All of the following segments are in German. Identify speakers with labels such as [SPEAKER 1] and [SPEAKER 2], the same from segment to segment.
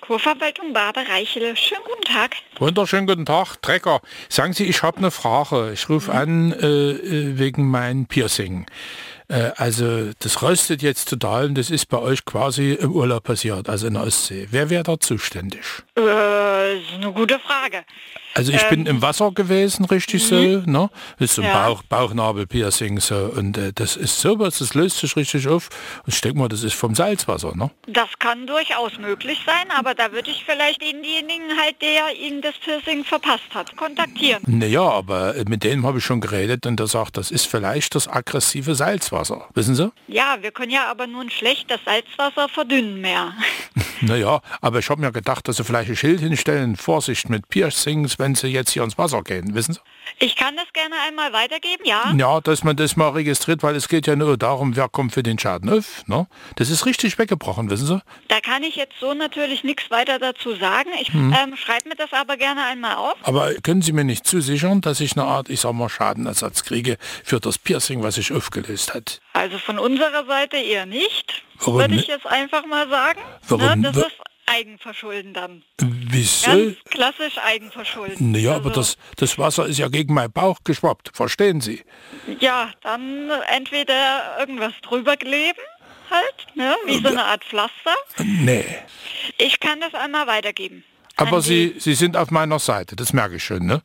[SPEAKER 1] Kurverwaltung Barbara Reichele. Schönen guten Tag.
[SPEAKER 2] Wunderschönen guten Tag, Trecker. Sagen Sie, ich habe eine Frage. Ich rufe an äh, äh, wegen meinem Piercing. Äh, also das röstet jetzt total und das ist bei euch quasi im Urlaub passiert, also in der Ostsee. Wer wäre da zuständig?
[SPEAKER 1] Äh, das ist eine gute Frage.
[SPEAKER 2] Also ich bin im Wasser gewesen, richtig so, ne? Das ist so ein
[SPEAKER 1] Ja.
[SPEAKER 2] Bauch, Bauchnabelpiercing so und äh, das ist sowas, das löst sich richtig auf. Und ich denke mal, das ist vom Salzwasser, ne?
[SPEAKER 1] Das kann durchaus möglich sein, aber da würde ich vielleicht denjenigen halt, der Ihnen das Piercing verpasst hat, kontaktieren.
[SPEAKER 2] Naja, aber äh, mit dem habe ich schon geredet und der sagt, das ist vielleicht das aggressive Salzwasser. Wissen Sie?
[SPEAKER 1] Ja, wir können ja aber nun schlecht das Salzwasser verdünnen mehr.
[SPEAKER 2] Naja, aber ich habe mir gedacht, dass Sie vielleicht ein Schild hinstellen, Vorsicht mit Piercings, wenn Sie jetzt hier ins Wasser gehen, wissen Sie?
[SPEAKER 1] Ich kann das gerne einmal weitergeben, ja?
[SPEAKER 2] Ja, dass man das mal registriert, weil es geht ja nur darum, wer kommt für den Schaden auf. Ne? Das ist richtig weggebrochen, wissen Sie?
[SPEAKER 1] Da kann ich jetzt so natürlich nichts weiter dazu sagen. Ich
[SPEAKER 2] Mhm.
[SPEAKER 1] ähm, schreibe mir das aber gerne einmal auf.
[SPEAKER 2] Aber können Sie mir nicht zusichern, dass ich eine Art, ich sag mal, Schadenersatz kriege für das Piercing, was sich aufgelöst hat?
[SPEAKER 1] Also von unserer Seite eher nicht,
[SPEAKER 2] Warum
[SPEAKER 1] würde
[SPEAKER 2] ni-
[SPEAKER 1] ich jetzt einfach mal sagen.
[SPEAKER 2] Warum
[SPEAKER 1] Ne, das
[SPEAKER 2] wa-
[SPEAKER 1] ist Eigenverschulden dann.
[SPEAKER 2] Wieso?
[SPEAKER 1] Ganz klassisch Eigenverschulden.
[SPEAKER 2] Naja,
[SPEAKER 1] also,
[SPEAKER 2] aber das, das Wasser ist ja gegen meinen Bauch geschwappt, verstehen Sie?
[SPEAKER 1] Ja, dann entweder irgendwas drüber kleben halt, ne, wie so eine Art Pflaster.
[SPEAKER 2] Nee.
[SPEAKER 1] Ich kann das einmal weitergeben.
[SPEAKER 2] Aber
[SPEAKER 1] An die-
[SPEAKER 2] Sie, Sie sind auf meiner Seite, das merke ich schon, ne?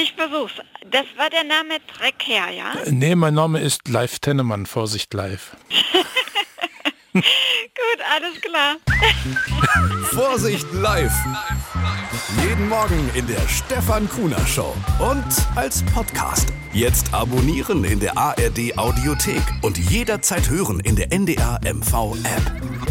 [SPEAKER 1] Ich versuch's. Das war der Name Dreckherr, ja?
[SPEAKER 2] Nee, mein Name ist Live Tennemann, Vorsicht live.
[SPEAKER 1] Gut, alles klar.
[SPEAKER 3] Vorsicht live. Jeden Morgen in der Stefan Kuhner Show und als Podcast. Jetzt abonnieren in der ARD Audiothek und jederzeit hören in der NDR MV App.